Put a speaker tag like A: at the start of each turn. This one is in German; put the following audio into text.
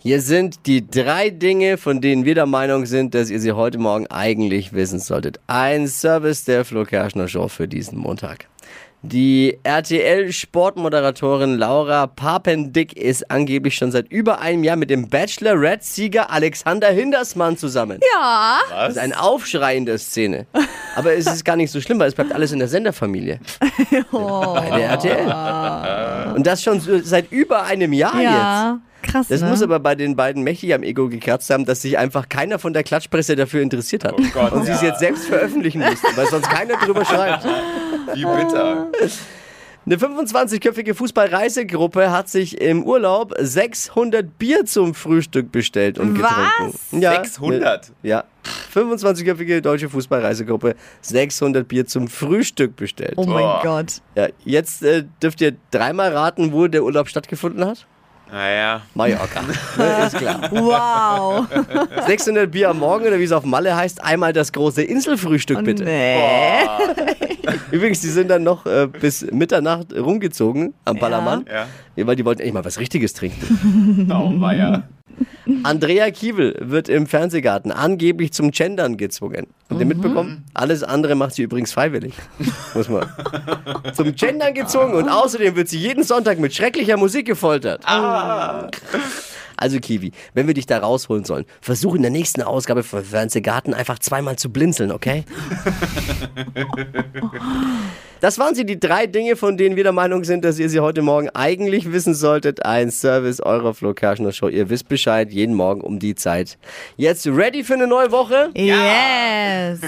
A: Hier sind die drei Dinge, von denen wir der Meinung sind, dass ihr sie heute Morgen eigentlich wissen solltet. Ein Service der Flo Kerschner Show für diesen Montag. Die RTL-Sportmoderatorin Laura Papendick ist angeblich schon seit über einem Jahr mit dem Bachelorette-Sieger Alexander Hindersmann zusammen.
B: Ja.
A: Das ist ein Aufschrei in der Szene. Aber es ist gar nicht so schlimm, weil es bleibt alles in der Senderfamilie. Bei der RTL. Und das schon so seit über einem
B: Ah,
A: Jahr jetzt.
B: Oh. ja. Krass.
A: Das
B: ne?
A: muss aber bei den beiden mächtig am Ego gekratzt haben, dass sich einfach keiner von der Klatschpresse dafür interessiert hat.
C: Oh Gott,
A: und sie es
C: ja.
A: jetzt selbst veröffentlichen mussten, weil sonst keiner drüber schreibt.
C: Wie bitter.
A: Eine 25-köpfige Fußballreisegruppe hat sich im Urlaub 600 Bier zum Frühstück bestellt und getrunken.
B: Was?
A: Ja,
C: 600?
A: ne- Ja. 25-köpfige deutsche Fußballreisegruppe 600 Bier zum Frühstück bestellt.
B: oh mein
C: Boah.
B: Gott.
A: Ja, jetzt äh, dürft ihr dreimal raten, wo der Urlaub stattgefunden hat.
C: Naja.
A: Mallorca. ne, ist klar.
B: Wow.
A: 600 Bier am Morgen oder wie es auf Malle heißt, einmal das große Inselfrühstück bitte.
B: Oh, Nee.
A: Äh? Übrigens, die sind dann noch äh, bis Mitternacht rumgezogen am Ballermann,
C: Ja.
A: Ja, weil die wollten echt mal was Richtiges trinken.
C: Oh, Meier.
A: Andrea Kiewel wird im Fernsehgarten angeblich zum Gendern gezwungen. Habt ihr mitbekommen? Alles andere macht sie übrigens freiwillig. Muss man. zum Gendern gezwungen und außerdem wird sie jeden Sonntag mit schrecklicher Musik gefoltert. Also Kiwi, wenn wir dich da rausholen sollen, versuch in der nächsten Ausgabe von Fernsehgarten einfach zweimal zu blinzeln, okay? Das waren sie, die drei Dinge, von denen wir der Meinung sind, dass ihr sie heute Morgen eigentlich wissen solltet. Ein Service eurer Flo Kerschner Show. Ihr wisst Bescheid, jeden Morgen um die Zeit. Jetzt ready für eine neue Woche?
B: Yes.